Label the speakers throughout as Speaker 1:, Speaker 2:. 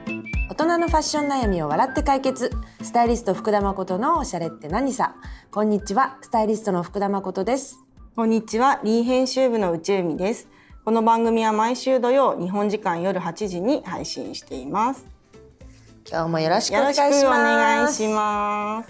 Speaker 1: 人のファッション悩みを笑って解決スタイリスト福田誠のおしゃれって何さこんにちはスタイリストの福田誠です
Speaker 2: こんにちは、リー編集部の内海です。この番組は毎週土曜、日本時間夜8時に配信しています。
Speaker 1: 今日もよろしくお
Speaker 2: よ
Speaker 1: 願
Speaker 2: ろ
Speaker 1: い
Speaker 2: し
Speaker 1: し
Speaker 2: くお
Speaker 1: ます
Speaker 2: 願いします。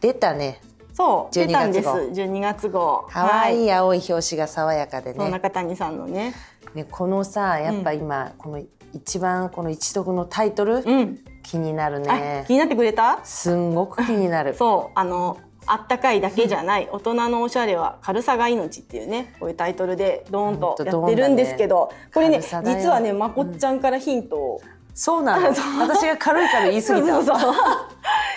Speaker 1: 出たね
Speaker 2: そう、
Speaker 1: 12
Speaker 2: 出たんです。
Speaker 1: 月号
Speaker 2: 12月号。
Speaker 1: 可愛
Speaker 2: はい
Speaker 1: 青い表紙が爽やかで
Speaker 2: い。そう、
Speaker 1: ね
Speaker 2: 中谷さんのね。
Speaker 1: ねこのさやっぱ今、この一番この一読のタイトル、
Speaker 2: うん。
Speaker 1: 気になる
Speaker 2: あ
Speaker 1: ね、
Speaker 2: 気になってくれた？
Speaker 1: すんごく気になる
Speaker 2: そう、あの。あったかいだけじゃない大人のおしゃれは軽さが命っていうねこういうタイトルでドーンとやってるんですけど、これね
Speaker 1: 軽さだよ
Speaker 2: 実はねまこっちゃんからヒントを
Speaker 1: そうなの 私が軽いから言い過ぎた
Speaker 2: そうそうそう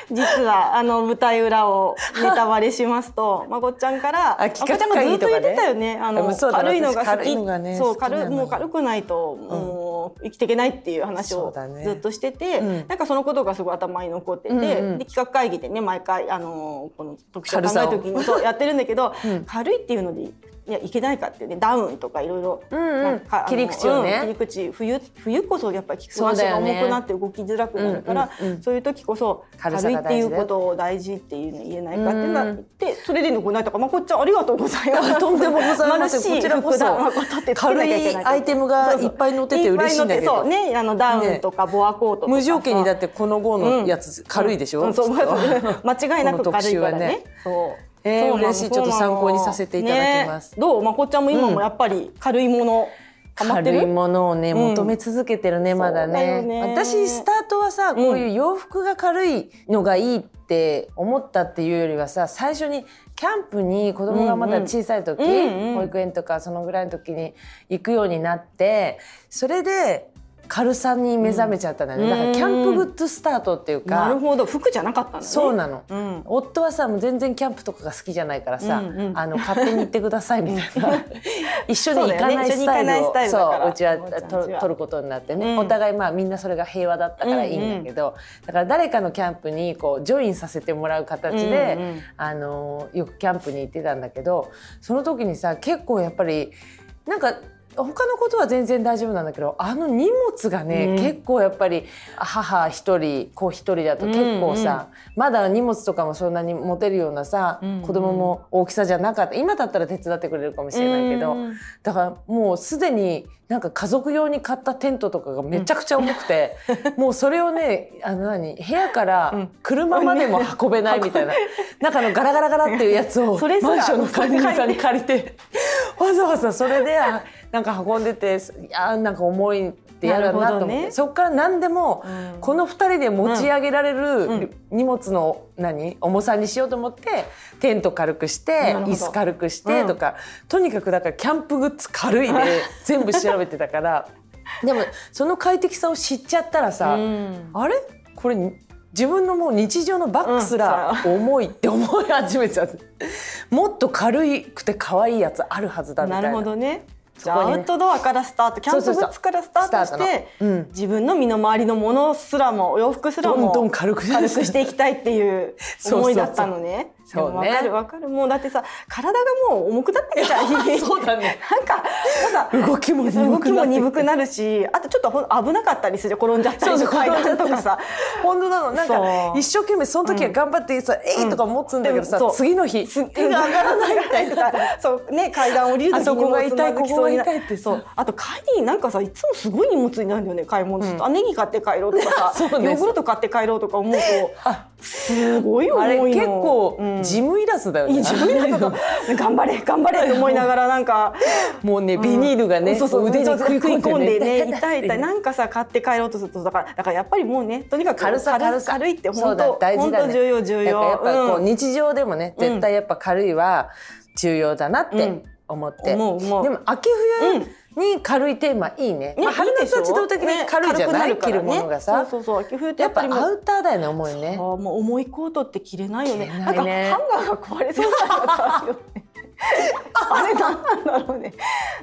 Speaker 2: 実はあの舞台裏をネタバレしますとまこっちゃんから
Speaker 1: あ企画
Speaker 2: まこっちゃんがずっと言
Speaker 1: 会議とかね
Speaker 2: ってたよねあ
Speaker 1: で
Speaker 2: の
Speaker 1: もそうだ
Speaker 2: 軽いのが好き
Speaker 1: 私軽いのがね
Speaker 2: そう
Speaker 1: 好きなの
Speaker 2: 軽もう軽くないと、もう生きていけないっていう話
Speaker 1: そう
Speaker 2: を
Speaker 1: だね
Speaker 2: ずっとしてて、
Speaker 1: うん
Speaker 2: なんかそのことがすごい頭に残ってて、
Speaker 1: うんうん
Speaker 2: で企画会議でね毎回あのこの特集を考
Speaker 1: 軽さ
Speaker 2: え
Speaker 1: を
Speaker 2: る時にそうやってるんだけど、
Speaker 1: うん
Speaker 2: 軽いっていうのでいやいけないかってねダウンとかいろいろ
Speaker 1: うんうん
Speaker 2: なんかあの
Speaker 1: 切り口をね
Speaker 2: うん切り口冬冬こそやっぱり着
Speaker 1: そう
Speaker 2: こなし
Speaker 1: だ
Speaker 2: が
Speaker 1: よね
Speaker 2: 重くなって動きづらくなるから、
Speaker 1: うんうんうん
Speaker 2: そういう時こそ
Speaker 1: 軽
Speaker 2: 軽
Speaker 1: さ
Speaker 2: い
Speaker 1: が
Speaker 2: っ
Speaker 1: 大
Speaker 2: てい
Speaker 1: 事
Speaker 2: う
Speaker 1: だよ
Speaker 2: ことを大事っていうの言えないかっていうのが
Speaker 1: う
Speaker 2: あ
Speaker 1: ん
Speaker 2: ってそれで残ないとかまあこっちゃんありがとうございます
Speaker 1: とんでもございません
Speaker 2: マルシー
Speaker 1: こちらこそ
Speaker 2: 福田誠ってつけなきゃいけな
Speaker 1: 軽いアイテムがいっぱい載ってて嬉しいんだけど
Speaker 2: そうそうっぱい載ってそうねあのダウンとかボアコートとかさ
Speaker 1: 無条件にだってこの号のやつ軽いでしょ、
Speaker 2: うんそう
Speaker 1: きっと
Speaker 2: 間違いなく軽いからねそう、
Speaker 1: えー
Speaker 2: そうなの
Speaker 1: 嬉しい
Speaker 2: そ
Speaker 1: ち
Speaker 2: うなの
Speaker 1: ょっと参考にさせていただきます
Speaker 2: ねどうまこっちゃんも今もやっぱり軽いもの、ハマって
Speaker 1: 軽い
Speaker 2: る
Speaker 1: ものをね、
Speaker 2: うん
Speaker 1: 求め続けてるねまだ
Speaker 2: そうだ
Speaker 1: ね
Speaker 2: よね
Speaker 1: 私スタートはさこういう洋服が軽いのがいいって思ったっていうよりはさ最初にキャンプに子供がまだ小さい時、
Speaker 2: うんうんうん
Speaker 1: 保育園とかそのぐらいの時に行くようになってそれで軽さに目覚めちゃったんだよね、
Speaker 2: うん
Speaker 1: だからキャンプグッズスタートっていう
Speaker 2: な
Speaker 1: か、
Speaker 2: るほど服じゃなかったんだね
Speaker 1: そうなの。
Speaker 2: うん
Speaker 1: 夫はさもう全然キャンプとかが好きじゃないからさ、
Speaker 2: うんうん
Speaker 1: あの勝手に行ってくださいみたいな 一緒に行かない
Speaker 2: そう
Speaker 1: スタイル
Speaker 2: だよね一緒に行かない
Speaker 1: を
Speaker 2: スタイルだから
Speaker 1: そううちは
Speaker 2: おばあちゃん
Speaker 1: と
Speaker 2: ちは
Speaker 1: 取ることになってね、
Speaker 2: うん
Speaker 1: お互いまあみんなそれが平和だったからいいんだけど、だから誰かのキャンプにこうジョインさせてもらう形で、
Speaker 2: うんうん
Speaker 1: あのよくキャンプに行ってたんだけどその時にさ結構やっぱりなんか他のことは全然大丈夫なんだけどあの荷物がね、
Speaker 2: うん
Speaker 1: 結構やっぱり母一人子一人だと結構さ、まだ荷物とかもそんなに持てるようなさ、
Speaker 2: うんうん
Speaker 1: 子供も大きさじゃなかった今だったら手伝ってくれるかもしれないけど、
Speaker 2: うん
Speaker 1: だからもうすでになんか家族用に買ったテントとかがめちゃくちゃ重くて、もうそれをねあの何部屋か
Speaker 2: う
Speaker 1: ら
Speaker 2: ん
Speaker 1: 車までも運べないみたいな、なんかあのガラガラガラっていうやつを
Speaker 2: それすら
Speaker 1: マンションの管理人さんに借りてわざわざそれであなんか運んでていやーなんか重いってやだなと思っ
Speaker 2: なる
Speaker 1: て、
Speaker 2: ほどね
Speaker 1: そっから何でも、
Speaker 2: うん
Speaker 1: この2人で持ち上げられ
Speaker 2: んう
Speaker 1: る
Speaker 2: ん
Speaker 1: 荷物の何重さにしようと思ってテント軽くして
Speaker 2: なるほど
Speaker 1: 椅子軽くしてとか、とにかくだからキャンプグッズ軽いで全部調べてた からでもその快適さを知っちゃったらさ、
Speaker 2: うん
Speaker 1: あれこれ自分のもう日常のバッグすら重いって思い始めちゃってもっと軽くて可愛いやつあるはずだみた
Speaker 2: ない
Speaker 1: な
Speaker 2: るほどねじ
Speaker 1: そ
Speaker 2: ゃ
Speaker 1: こ
Speaker 2: あ
Speaker 1: にね
Speaker 2: アウトドアからスタートキャンプグ
Speaker 1: そうそう
Speaker 2: ッ
Speaker 1: そう
Speaker 2: ズからスタート
Speaker 1: ス
Speaker 2: し
Speaker 1: ター
Speaker 2: て
Speaker 1: トのうん
Speaker 2: 自分の身の回りのものすらもお洋服すら
Speaker 1: どん
Speaker 2: も
Speaker 1: どん軽くして
Speaker 2: 軽く していきたいっていう
Speaker 1: そうそうそう
Speaker 2: 思いだったのね。で
Speaker 1: そう
Speaker 2: も
Speaker 1: ね
Speaker 2: わかるわかるもうだってさ体がもう重くなってきた
Speaker 1: そうだね
Speaker 2: なんかもう さ
Speaker 1: 動きも鈍くなっ
Speaker 2: 動
Speaker 1: て
Speaker 2: きも鈍くなるしあとちょっとほん危なかったりする転んじゃったり
Speaker 1: そ
Speaker 2: と
Speaker 1: う
Speaker 2: か
Speaker 1: そう
Speaker 2: 階段とかさ
Speaker 1: 本当なのなんか
Speaker 2: そう
Speaker 1: 一生懸命その時は頑張ってさ「えい!」とか持つんだけどさ
Speaker 2: でもそう
Speaker 1: 次の日
Speaker 2: す
Speaker 1: 手が上がらないみたいな。
Speaker 2: そうね階段降りる時
Speaker 1: あそこが痛い
Speaker 2: 荷物まずきそうにな
Speaker 1: ここが痛いってさ
Speaker 2: そうあと帰りになんかさいつもすごい荷物になるんだよね買い物すると、あネギ買って帰ろうとかさ、
Speaker 1: そうね
Speaker 2: ヨーグルト買って帰ろうとか思う
Speaker 1: あ
Speaker 2: とすごい重いの
Speaker 1: あれ結構
Speaker 2: うん
Speaker 1: 事務いらずだよね、
Speaker 2: 自分でなんか 頑張れ頑張れと思いなが らなんか。
Speaker 1: もうねビニールがね、
Speaker 2: そうそう
Speaker 1: 腕に
Speaker 2: そう
Speaker 1: 食い込んでね
Speaker 2: 食い込んで ね痛い痛いなんかさ買って帰ろうとするとだからだからやっぱりもうねとにかく
Speaker 1: 軽さ軽さ
Speaker 2: 軽いって
Speaker 1: そう
Speaker 2: 本
Speaker 1: だ
Speaker 2: 当
Speaker 1: 大事だ
Speaker 2: 本
Speaker 1: ね
Speaker 2: 当重要重
Speaker 1: だからやっぱりこ
Speaker 2: 要
Speaker 1: う、
Speaker 2: うん
Speaker 1: 日常でもね絶対やっぱ軽いは重要だなっ
Speaker 2: う
Speaker 1: て
Speaker 2: ん
Speaker 1: 思って、
Speaker 2: 思う思う
Speaker 1: でも秋冬に軽いテーマいいね、まあ、春夏は自動的に軽いじゃない、
Speaker 2: く
Speaker 1: 着
Speaker 2: る
Speaker 1: る
Speaker 2: からね
Speaker 1: ものがさ、
Speaker 2: そうそうそう秋冬って
Speaker 1: や
Speaker 2: や
Speaker 1: っ
Speaker 2: っ
Speaker 1: ぱ
Speaker 2: ぱりも
Speaker 1: ア
Speaker 2: う
Speaker 1: ウターだよね重い
Speaker 2: あ
Speaker 1: ね
Speaker 2: ーもう重いコートって着れないよね
Speaker 1: 着れ
Speaker 2: な
Speaker 1: ない
Speaker 2: んか
Speaker 1: ね
Speaker 2: ハンガーが壊れそうなのよねあれなんなんだろうね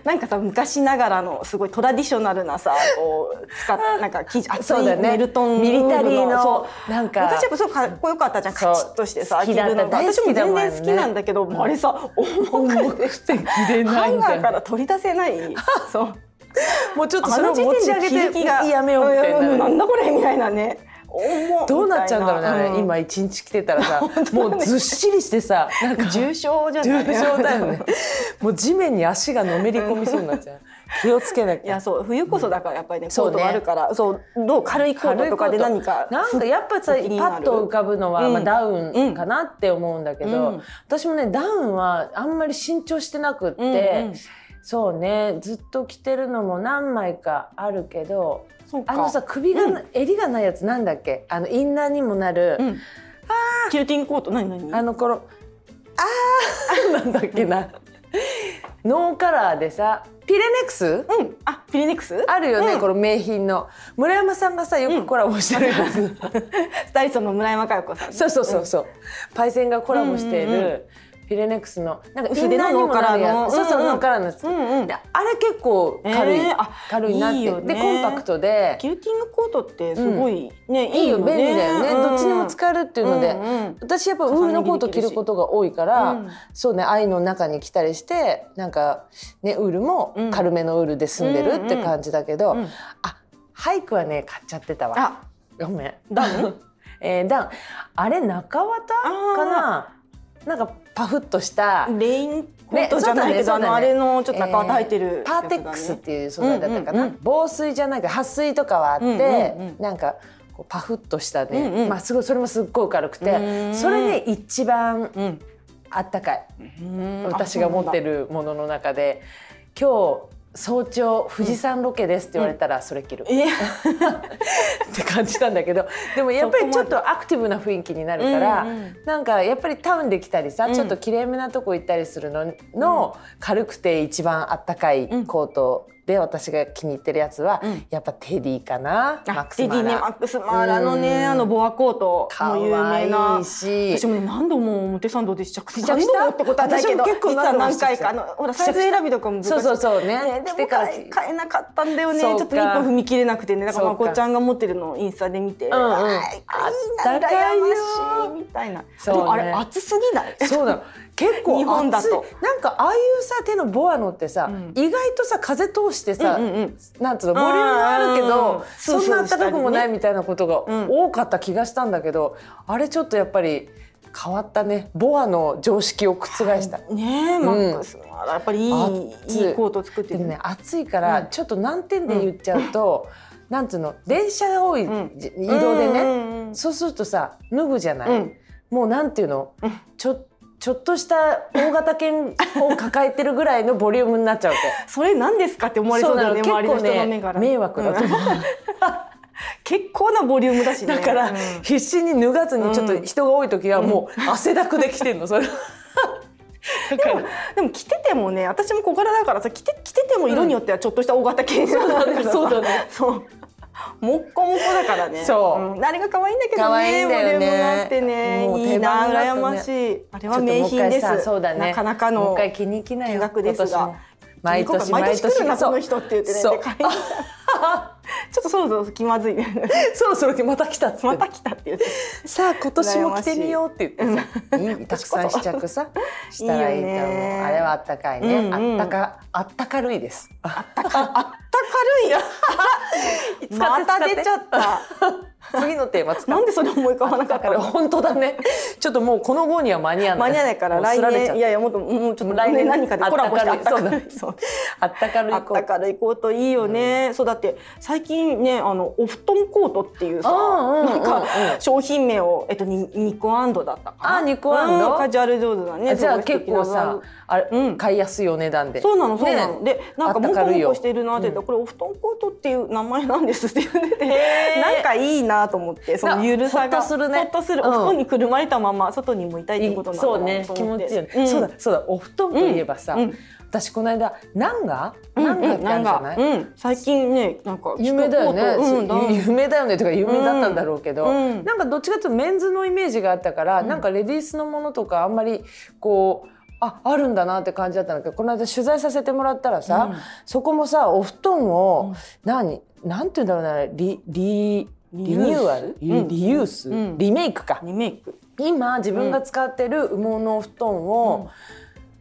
Speaker 2: なんかさ昔ながらのすごいトラディショナルなさこう使っなんか生地厚
Speaker 1: そうだ
Speaker 2: い
Speaker 1: ね
Speaker 2: メルトン
Speaker 1: ミリタリーの
Speaker 2: そう
Speaker 1: なんか
Speaker 2: 昔やっぱそうかっこよかったじゃん
Speaker 1: そう
Speaker 2: カチッとしてさ
Speaker 1: 好きだった
Speaker 2: 着るのが
Speaker 1: 大好
Speaker 2: 私も
Speaker 1: きだもん
Speaker 2: 全
Speaker 1: ね
Speaker 2: 然好きなんだけど、あれさ重くて
Speaker 1: 着れ
Speaker 2: ハ
Speaker 1: ない
Speaker 2: ン
Speaker 1: みた
Speaker 2: ガ
Speaker 1: い
Speaker 2: ー
Speaker 1: な
Speaker 2: から取り出せないそう
Speaker 1: もうちょっとそれを持ち上
Speaker 2: あの時点
Speaker 1: げ
Speaker 2: で気づ
Speaker 1: て
Speaker 2: きが
Speaker 1: やめようみたい
Speaker 2: うん
Speaker 1: な
Speaker 2: なんだこれみたいなね重っ
Speaker 1: どうなっちゃうんだろうね、あ
Speaker 2: みたい
Speaker 1: れ
Speaker 2: な
Speaker 1: 今一日来てたら さ、もうずっしりしてさなんか
Speaker 2: 重症じゃな
Speaker 1: 重
Speaker 2: い
Speaker 1: 症だ よねもう地面に足がのめり込みそうになっちゃう気をつけなき
Speaker 2: い
Speaker 1: ゃ
Speaker 2: やそう冬こそだからやっぱりね、
Speaker 1: ん
Speaker 2: コー
Speaker 1: そう
Speaker 2: ト
Speaker 1: ね
Speaker 2: あるからそうどう軽いコートとかで何か
Speaker 1: なんかやっぱさパ
Speaker 2: 気になる
Speaker 1: ッと浮かぶのは、
Speaker 2: うん
Speaker 1: まあ、ダウンかなって思うんだけど、
Speaker 2: うん
Speaker 1: 私もねダウンはあんまり慎重してなくって、
Speaker 2: うんうん
Speaker 1: そうねずっと着てるのも何枚かあるけど
Speaker 2: そうか
Speaker 1: あのさ首がな、襟がないやつなんだっけあのインナーにもなる、
Speaker 2: うんキューティンコート何何
Speaker 1: あの頃あー なんだっけなノーカラーでさピレネクス
Speaker 2: うんあピリネックス
Speaker 1: あるよね、
Speaker 2: うん
Speaker 1: この名品の村山さんがさよくコラボしてるやつ、
Speaker 2: スタイリストの村山佳代子さんね
Speaker 1: そうそうそうそう、パイセンがコラボしてい
Speaker 2: うんうん
Speaker 1: るフィレネックスのなんか
Speaker 2: 薄
Speaker 1: イン
Speaker 2: 手の
Speaker 1: ナーにもなるや
Speaker 2: ノーカラーの
Speaker 1: つそうそう
Speaker 2: うんうん
Speaker 1: ノーカラーのやつ、
Speaker 2: うんうん
Speaker 1: であれ結構軽い、
Speaker 2: えーあ
Speaker 1: 軽いなって
Speaker 2: いいよね
Speaker 1: でコンパクトで
Speaker 2: キューティングコートってすごいね、
Speaker 1: いいよ
Speaker 2: ね
Speaker 1: 便利だよね、
Speaker 2: うん
Speaker 1: どっちにも使えるっていうので、
Speaker 2: うんうん
Speaker 1: 私やっぱウールのコート着ることが多いから、
Speaker 2: うん
Speaker 1: そうね愛の中に着たりしてなんか、ね、ウールも
Speaker 2: うん
Speaker 1: 軽めのウールで済んでるって感じだけど、
Speaker 2: うんうん
Speaker 1: あハイクはね買っちゃってたわ
Speaker 2: あ
Speaker 1: ごめん、
Speaker 2: ダウ ン
Speaker 1: えー、ダウンあれ中綿かななんかパフッとした
Speaker 2: レインコートじゃないけ
Speaker 1: ね
Speaker 2: ど、
Speaker 1: そうだねそうだ
Speaker 2: あ
Speaker 1: ね
Speaker 2: のあれのちょっと中綿入ってる、
Speaker 1: パーテックスっていう素材だったかな、
Speaker 2: うんうんうん
Speaker 1: 防水じゃないけど撥水とかはあって、
Speaker 2: うんうんうん
Speaker 1: なんかこうパフッとしたね、
Speaker 2: うんうん
Speaker 1: まあすごいそれもすっごい軽く
Speaker 2: う
Speaker 1: て
Speaker 2: ん
Speaker 1: それね一番
Speaker 2: うん
Speaker 1: あったかい
Speaker 2: うん
Speaker 1: 私が持ってるものの中で今日早朝富士山ロケですって言われたらそれ着る、
Speaker 2: え
Speaker 1: って感じたんだけどでもやっぱりちょっとアクティブな雰囲気になるから、
Speaker 2: うんうん
Speaker 1: なんかやっぱりタウンで来たりさ、
Speaker 2: うん
Speaker 1: ちょっときれいめなとこ行ったりするのの、軽くて一番あったかいコートで私が気に入ってるやつは、
Speaker 2: うん
Speaker 1: やっぱテディかな、マックス
Speaker 2: ディ
Speaker 1: マ
Speaker 2: ね
Speaker 1: ラ
Speaker 2: マックスマーラの
Speaker 1: う
Speaker 2: ね、
Speaker 1: ん
Speaker 2: あのボアコート
Speaker 1: 可
Speaker 2: も有
Speaker 1: 愛
Speaker 2: 名ない
Speaker 1: し
Speaker 2: 私もね何度も表参道で試着し
Speaker 1: 試
Speaker 2: た
Speaker 1: 着した
Speaker 2: 何度もってことはないけ
Speaker 1: 私
Speaker 2: ど
Speaker 1: も結構
Speaker 2: 実は何回かあ
Speaker 1: 何度も試着した
Speaker 2: のほらサイズ選びとかも難しい
Speaker 1: そうそうそうね
Speaker 2: ねで
Speaker 1: 着て
Speaker 2: も
Speaker 1: から
Speaker 2: 買え買えなかったんだよねち
Speaker 1: そう
Speaker 2: ょ
Speaker 1: か
Speaker 2: っとね一歩踏み切れなくてねだから
Speaker 1: そ
Speaker 2: ま
Speaker 1: うか
Speaker 2: こちゃんが持ってるのをインスタで見て、
Speaker 1: んうん
Speaker 2: あーいい
Speaker 1: あ
Speaker 2: な
Speaker 1: った
Speaker 2: 羨
Speaker 1: かいよ
Speaker 2: ましいみたいな、で
Speaker 1: そうね
Speaker 2: もあれ暑すぎない
Speaker 1: そうだ結構
Speaker 2: 日本だと
Speaker 1: 暑いなんかああいうさ手のボアのってさ、
Speaker 2: うん
Speaker 1: 意外とさ風通してさ、
Speaker 2: うんうんうん
Speaker 1: なんつうのボリュームはあるけ
Speaker 2: うん
Speaker 1: ど
Speaker 2: そ
Speaker 1: そ
Speaker 2: うん
Speaker 1: な暖かくもない
Speaker 2: そ
Speaker 1: みたいなことが
Speaker 2: うん
Speaker 1: 多かった気がしたんだけど、あれちょっとやっぱり変わったねボアの常識を覆した。
Speaker 2: ねえマックスマーラやっぱりいい,、
Speaker 1: 暑い
Speaker 2: いいコート作って
Speaker 1: で
Speaker 2: る
Speaker 1: も
Speaker 2: ね
Speaker 1: ね暑いから
Speaker 2: うん
Speaker 1: ちょっと難点で言っちゃうと、なんつうの電車が多い、
Speaker 2: ん
Speaker 1: じ移動でね、
Speaker 2: うんうんうん
Speaker 1: そうするとさ脱ぐじゃない、
Speaker 2: うん
Speaker 1: もうなんていうの、
Speaker 2: うん
Speaker 1: ちょちょっとした大型犬を抱えてるぐらいのボリュームになっちゃうわけ。
Speaker 2: それ何ですかって思われそうだよね
Speaker 1: そうな
Speaker 2: 周
Speaker 1: の
Speaker 2: りの人の目か
Speaker 1: 結構
Speaker 2: ら、
Speaker 1: ね迷惑だと思う
Speaker 2: うん結構なボリュームだしね
Speaker 1: だから、
Speaker 2: うん
Speaker 1: 必死に脱がずにちょっと人が多い時はもう汗だくで来てんのそれだから
Speaker 2: でも着ててもね私も小柄だからさ着て着てても色によってはちょっとした大型犬そう
Speaker 1: だね そうだね
Speaker 2: そうもっこもこだからね
Speaker 1: そう、
Speaker 2: んあれが可愛いんだけどね
Speaker 1: 可愛いんだよね
Speaker 2: ボリュームがあってね
Speaker 1: もう
Speaker 2: いい
Speaker 1: 定番
Speaker 2: な
Speaker 1: だったね
Speaker 2: 羨ましいあれ
Speaker 1: ち
Speaker 2: は
Speaker 1: ょっと
Speaker 2: 名
Speaker 1: もう一回
Speaker 2: 品です
Speaker 1: さそうだね
Speaker 2: なかなか
Speaker 1: もう一
Speaker 2: の
Speaker 1: 回気に行きなよ
Speaker 2: 金額です
Speaker 1: 今年も
Speaker 2: が
Speaker 1: 毎
Speaker 2: 今
Speaker 1: 年
Speaker 2: 回
Speaker 1: 毎年
Speaker 2: 来るな
Speaker 1: そう
Speaker 2: この人って言ってね
Speaker 1: そう
Speaker 2: で買いに 行ったちょっとそろそろ気まずいね
Speaker 1: そろそろまた来たっつって
Speaker 2: また来たって言って
Speaker 1: さあ今年も着てみようって言ってさいいたくさん
Speaker 2: 今年こ
Speaker 1: 試着
Speaker 2: そ
Speaker 1: さしたらいいと思う
Speaker 2: いいよね
Speaker 1: あれはあったかいね、
Speaker 2: うんうん
Speaker 1: あったかあったかるいです
Speaker 2: 軽い また出ちゃった
Speaker 1: 次のテーマ使っ
Speaker 2: なんでそれ思い浮 かばなか
Speaker 1: だ
Speaker 2: っ
Speaker 1: か
Speaker 2: た
Speaker 1: ら
Speaker 2: の
Speaker 1: 本当だねちょっともうこの号には間に合わない
Speaker 2: 間に合わないから
Speaker 1: もうす
Speaker 2: 来
Speaker 1: られちゃ
Speaker 2: 年
Speaker 1: っ
Speaker 2: いやいやもっともうちょっと
Speaker 1: 来
Speaker 2: 来
Speaker 1: 年
Speaker 2: 年何かでコラボしてあったかいそう
Speaker 1: たあったかるい
Speaker 2: あったかるいコートいいよね、そうだって最近ねあのお布団コートっていうさ、
Speaker 1: うんうんうんうん
Speaker 2: なんか商品名をえっとにニコアンドだったかな
Speaker 1: あニコアンド
Speaker 2: うんカジュアル上手だね
Speaker 1: じゃあ
Speaker 2: すごい
Speaker 1: 結
Speaker 2: 素敵な
Speaker 1: 構さあれ、
Speaker 2: うん
Speaker 1: 買いやすいお値段で
Speaker 2: そうなのそうなの、
Speaker 1: ね
Speaker 2: でなんか
Speaker 1: あっ
Speaker 2: モ
Speaker 1: たか
Speaker 2: コ
Speaker 1: るい
Speaker 2: モ
Speaker 1: よ
Speaker 2: コしてるなって言ったらこれお布団コートっていう名前なんですって言ってて
Speaker 1: へー
Speaker 2: なんかいいなと思ってそのゆるさが
Speaker 1: ほっとするね
Speaker 2: ほっとする
Speaker 1: うん
Speaker 2: お布団にくるまれたまま外にもいたいってことなんだ
Speaker 1: そう
Speaker 2: な
Speaker 1: ね
Speaker 2: と
Speaker 1: 気
Speaker 2: 思
Speaker 1: 持
Speaker 2: っ
Speaker 1: ちい
Speaker 2: て
Speaker 1: いよね、
Speaker 2: ん
Speaker 1: そうだそうだお布団といえばさ、
Speaker 2: うん
Speaker 1: 私この間なんが
Speaker 2: うん
Speaker 1: なんがってあるじゃ
Speaker 2: うん
Speaker 1: ない、
Speaker 2: うん最近ねなんか
Speaker 1: 有名だよね、
Speaker 2: うんだ
Speaker 1: ゆ有名だよねとか有名だったんだろうけど、
Speaker 2: うん
Speaker 1: なんかどっちかというとメンズのイメージがあったから、なんかレディースのものとかあんまりこうああるんだなって感じだったんだけどこの間取材させてもらったらさ、
Speaker 2: うん
Speaker 1: そこもさお布団を、何なんて言うんだろうなリリリニューアルリ
Speaker 2: リユースうん
Speaker 1: リユース、
Speaker 2: うん
Speaker 1: リメイクか、
Speaker 2: リメイク
Speaker 1: 今自分が使ってる羽毛のお布団を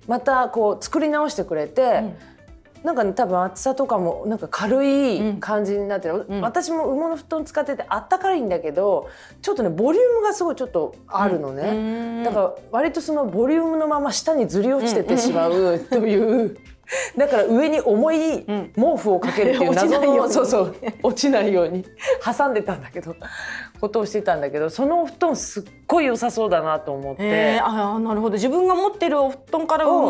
Speaker 1: またこう作り直してくれて、なんか、ね、多分厚さとかもなんか軽
Speaker 2: う
Speaker 1: い
Speaker 2: ん
Speaker 1: 感じになってる、
Speaker 2: うん
Speaker 1: 私も羽毛の布団使っててあったかいんだけどちょっとねボリュームがすごいちょっとあるのね、だから割とそのボリュームのまま下にずり落ちててしまうという、だから上に重い
Speaker 2: ん
Speaker 1: 毛布をかけるっていう
Speaker 2: 落ち
Speaker 1: 謎
Speaker 2: ないよう
Speaker 1: の
Speaker 2: に
Speaker 1: そうそう落ちないように挟んでたんだけどことをしてたんだけどそのお布団すっごい良さそうだなと思って。
Speaker 2: えー、あーなるほど自分が持ってるお布団から羽毛を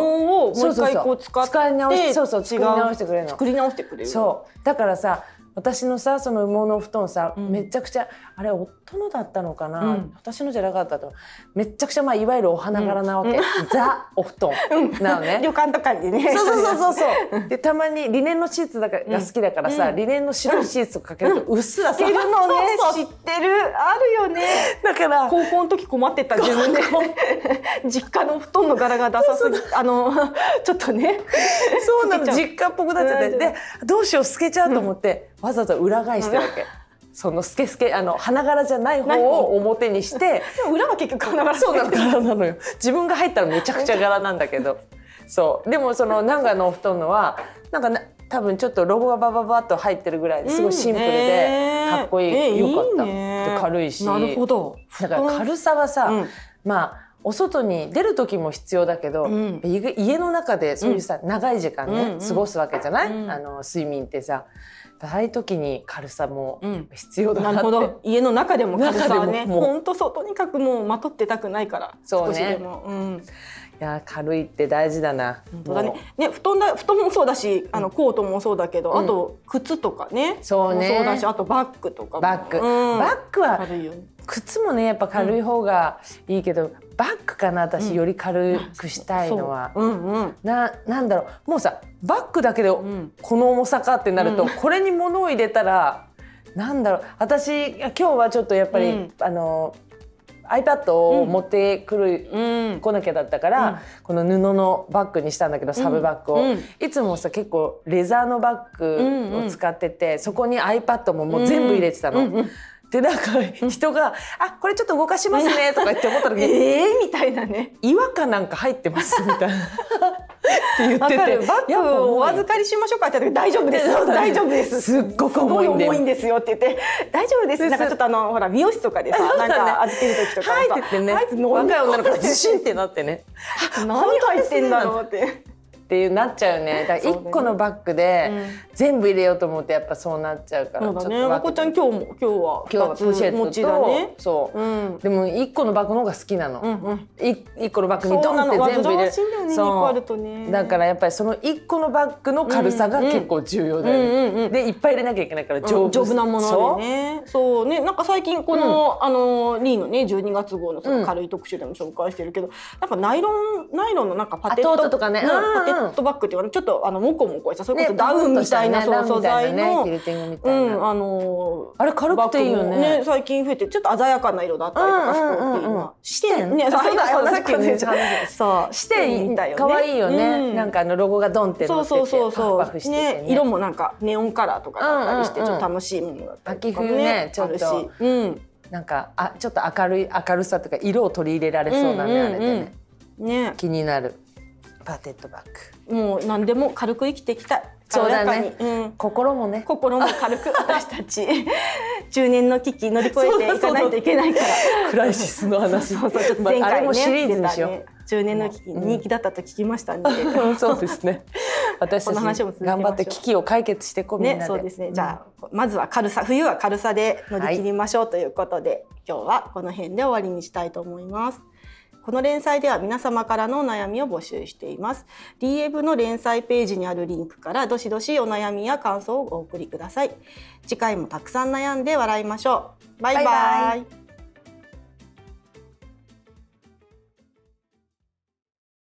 Speaker 2: もう
Speaker 1: そう
Speaker 2: 一
Speaker 1: そう
Speaker 2: 回
Speaker 1: そう
Speaker 2: こう使って
Speaker 1: 使い直しそうそう
Speaker 2: 違
Speaker 1: 作り直してくれるの
Speaker 2: 作り直してくれる
Speaker 1: そうだからさ私のさその羽毛のお布団さ、
Speaker 2: うん
Speaker 1: めちゃくちゃあれ夫のだったのかな、
Speaker 2: うん
Speaker 1: 私のじゃなかったとめっちゃくちゃまあいわゆるお花柄なわけ、ザお布団なのね。
Speaker 2: 旅館とかに ね
Speaker 1: そうそうそうそうそう。 でたまにリネンのシーツだかが好きだからさ、リネンの白いシーツをかけるとうっすら
Speaker 2: 知
Speaker 1: さ、
Speaker 2: ってるのね
Speaker 1: そうそう
Speaker 2: 知ってるあるよね
Speaker 1: だから
Speaker 2: 高校の時困ってた自分で 実家の布団の柄がダサすぎあの ちょっとね
Speaker 1: そうなの
Speaker 2: 透けちゃ
Speaker 1: 実家っぽくなっちゃっ
Speaker 2: う
Speaker 1: て
Speaker 2: ん
Speaker 1: でどうしよう透けちゃうと思って、わざわざ裏返してるわけ。そのスケスケあの花柄じゃない方を表にして。
Speaker 2: でも裏は結局 必ず
Speaker 1: そうなの柄なのよ自分が入ったらめちゃくちゃ柄なんだけどそうでもその長野のお布団のはなんかな多分ちょっとロゴがバババッと入ってるぐらいですごいシンプル
Speaker 2: うん
Speaker 1: で
Speaker 2: えー
Speaker 1: かっこいい、
Speaker 2: えー
Speaker 1: よかった
Speaker 2: いいね
Speaker 1: で軽いし
Speaker 2: なるほど
Speaker 1: だから軽さはさ、
Speaker 2: うん
Speaker 1: まあお外に出る時も必要だけど、
Speaker 2: うん
Speaker 1: 家家の中でそういうさ、長い時間ね、
Speaker 2: うんうん
Speaker 1: 過ごすわけじゃない、
Speaker 2: うん
Speaker 1: あの睡眠ってさああいう時に軽さも
Speaker 2: うん
Speaker 1: 必要だな
Speaker 2: な
Speaker 1: っ
Speaker 2: る
Speaker 1: て、
Speaker 2: ほど家の中でも軽さは
Speaker 1: 中で
Speaker 2: ね
Speaker 1: ももう
Speaker 2: ほんとそうとにかくもうまとってたくないから
Speaker 1: そうね
Speaker 2: 少しでも、うん、
Speaker 1: いや軽いって大事だな。
Speaker 2: 本当だね
Speaker 1: もう
Speaker 2: ね布団だ布団もそうだしあのコートもそうだけど、あと靴とかね
Speaker 1: そうね
Speaker 2: もそうだしあとバッグとかも
Speaker 1: バッグ、
Speaker 2: うん
Speaker 1: バッグは
Speaker 2: 軽いよね
Speaker 1: 靴もねやっぱ軽い方がいいけど、バッグかな私より軽くしたいのは、
Speaker 2: そううんうん
Speaker 1: ななんだろうもうさバッグだけで
Speaker 2: ん
Speaker 1: この重さかってなると、
Speaker 2: うん
Speaker 1: これに物を入れたらなんだろう私今日はちょっとやっぱり、
Speaker 2: うん
Speaker 1: あの iPad を持ってくる、
Speaker 2: うん
Speaker 1: 来なきゃだったから、この布のバッグにしたんだけどサブバッグを、
Speaker 2: うんうん
Speaker 1: いつもさ結構レザーのバッグを使ってて、そこに iPad ももう全部入れてたの。
Speaker 2: うんうん
Speaker 1: でなんか人が「あこれちょっと動かしますね」とか言って思った時に
Speaker 2: えー、みたいなね
Speaker 1: 「違和感なんか入ってます」みたいなって言っ
Speaker 2: わ
Speaker 1: て
Speaker 2: かる
Speaker 1: て
Speaker 2: バッグをお預
Speaker 1: か
Speaker 2: かりしましょうかって言ったら大丈夫 です、
Speaker 1: そうだね
Speaker 2: 大丈夫です
Speaker 1: すっごく重いんで
Speaker 2: ご重いんですよって言って大丈夫です
Speaker 1: です
Speaker 2: なんかちょっとあのほら美容室とかでさ、
Speaker 1: そうだ
Speaker 2: なん
Speaker 1: ね
Speaker 2: か預ける時とか
Speaker 1: 入
Speaker 2: さ
Speaker 1: ってってね
Speaker 2: 入って飲ん
Speaker 1: 若
Speaker 2: で
Speaker 1: い女の子がズシンってなってね
Speaker 2: 何入ってんだろうって
Speaker 1: っていうなっちゃうよねだから1個のバッグで
Speaker 2: そうだね
Speaker 1: 全部入れようと思ってやっぱそうなっちゃうから
Speaker 2: そうだ
Speaker 1: ちょっ
Speaker 2: ね
Speaker 1: と
Speaker 2: ま
Speaker 1: 分
Speaker 2: こ
Speaker 1: け
Speaker 2: ちゃん
Speaker 1: て
Speaker 2: 今日も今日
Speaker 1: 今日
Speaker 2: は
Speaker 1: は
Speaker 2: 二
Speaker 1: ツーシェ
Speaker 2: つ持
Speaker 1: ッ
Speaker 2: ち
Speaker 1: ト
Speaker 2: だ
Speaker 1: と、
Speaker 2: ね
Speaker 1: そう、
Speaker 2: うん
Speaker 1: でも1個のバッグの方が好きなの。
Speaker 2: うんうん
Speaker 1: 一一個のバッグ
Speaker 2: そう
Speaker 1: にドン
Speaker 2: な
Speaker 1: っ
Speaker 2: の
Speaker 1: て
Speaker 2: 煩
Speaker 1: 全部入れ
Speaker 2: わ
Speaker 1: る
Speaker 2: しいんだよね
Speaker 1: そう
Speaker 2: 二個あるとね
Speaker 1: だからやっぱりその一個のバッグの軽さが結構重要だよね、
Speaker 2: うんうんうん
Speaker 1: でいっぱい入れなきゃいけないから丈
Speaker 2: 丈
Speaker 1: 夫,、
Speaker 2: 夫なものでねそうねなんか最近この、あのリーのね12月号のそ
Speaker 1: うん
Speaker 2: の軽い特集でも紹介してるけど、なんかナイロンナイロンのなんかパテッ
Speaker 1: あ
Speaker 2: ト
Speaker 1: トートとかね
Speaker 2: うん
Speaker 1: うんうん
Speaker 2: パテットバッグっていうかちょっとあのモコモコした
Speaker 1: そ
Speaker 2: そ
Speaker 1: う
Speaker 2: れこそダウンみたいな、
Speaker 1: ね
Speaker 2: そう素材
Speaker 1: ダウンみたいなねキルテ
Speaker 2: の、
Speaker 1: ィングみ
Speaker 2: う
Speaker 1: たいな、
Speaker 2: んあの
Speaker 1: あれ軽くていいよね
Speaker 2: バッグも最近増えてちょっと鮮やかな色だったりとか
Speaker 1: うん
Speaker 2: す
Speaker 1: うん
Speaker 2: るっ
Speaker 1: うんうん
Speaker 2: ていうのは視点
Speaker 1: ね
Speaker 2: ね
Speaker 1: そうだよ
Speaker 2: さ
Speaker 1: さっきね
Speaker 2: そう視
Speaker 1: シテ
Speaker 2: 点みたいよね
Speaker 1: 可愛いよね、
Speaker 2: うん
Speaker 1: なんかあのロゴがドンって乗
Speaker 2: そう
Speaker 1: ってて
Speaker 2: そうそうそう。
Speaker 1: パフパフしててね
Speaker 2: ね、色もなんかネオンカラーとかだったりして、
Speaker 1: うんうんうん
Speaker 2: ちょっと楽しいものだったりとかも
Speaker 1: 秋冬ねちょっと
Speaker 2: あるしうん。
Speaker 1: なんかあちょっと明るい明るさとか色を取り入れられそうなね、
Speaker 2: うんうんうん
Speaker 1: あれでね
Speaker 2: ね、
Speaker 1: 気になるパテッドバッグ
Speaker 2: もう何でも軽く生きていきたい。
Speaker 1: そうだね
Speaker 2: 軽やかにうん
Speaker 1: 心もね
Speaker 2: 心も軽 く私たち中年の危機乗り越えていかないといけないから。
Speaker 1: クライシスの話
Speaker 2: そうそう。ちょっ と前
Speaker 1: まああれ
Speaker 2: 回ね
Speaker 1: もシリーズに
Speaker 2: 出
Speaker 1: しよ
Speaker 2: た
Speaker 1: う、
Speaker 2: ね中年の危機人気だったと聞きま したんで。
Speaker 1: うんそうですね。私
Speaker 2: この
Speaker 1: た
Speaker 2: 話
Speaker 1: ち
Speaker 2: も続けましょ
Speaker 1: 頑
Speaker 2: う
Speaker 1: 張って危機を解決してこみん
Speaker 2: ね、
Speaker 1: なで。
Speaker 2: そうですね。じゃあ、まずは軽さ、冬は軽さで乗り切りましょうということで、今日はこの辺で終わりにしたいと思います。この連載では皆様からのお悩みを募集しています。DM の連載ページにあるリンクからどしどしお悩みや感想をお送りください。次回もたくさん悩んで笑いましょう。バイバ
Speaker 1: バイバ
Speaker 2: イ
Speaker 1: イ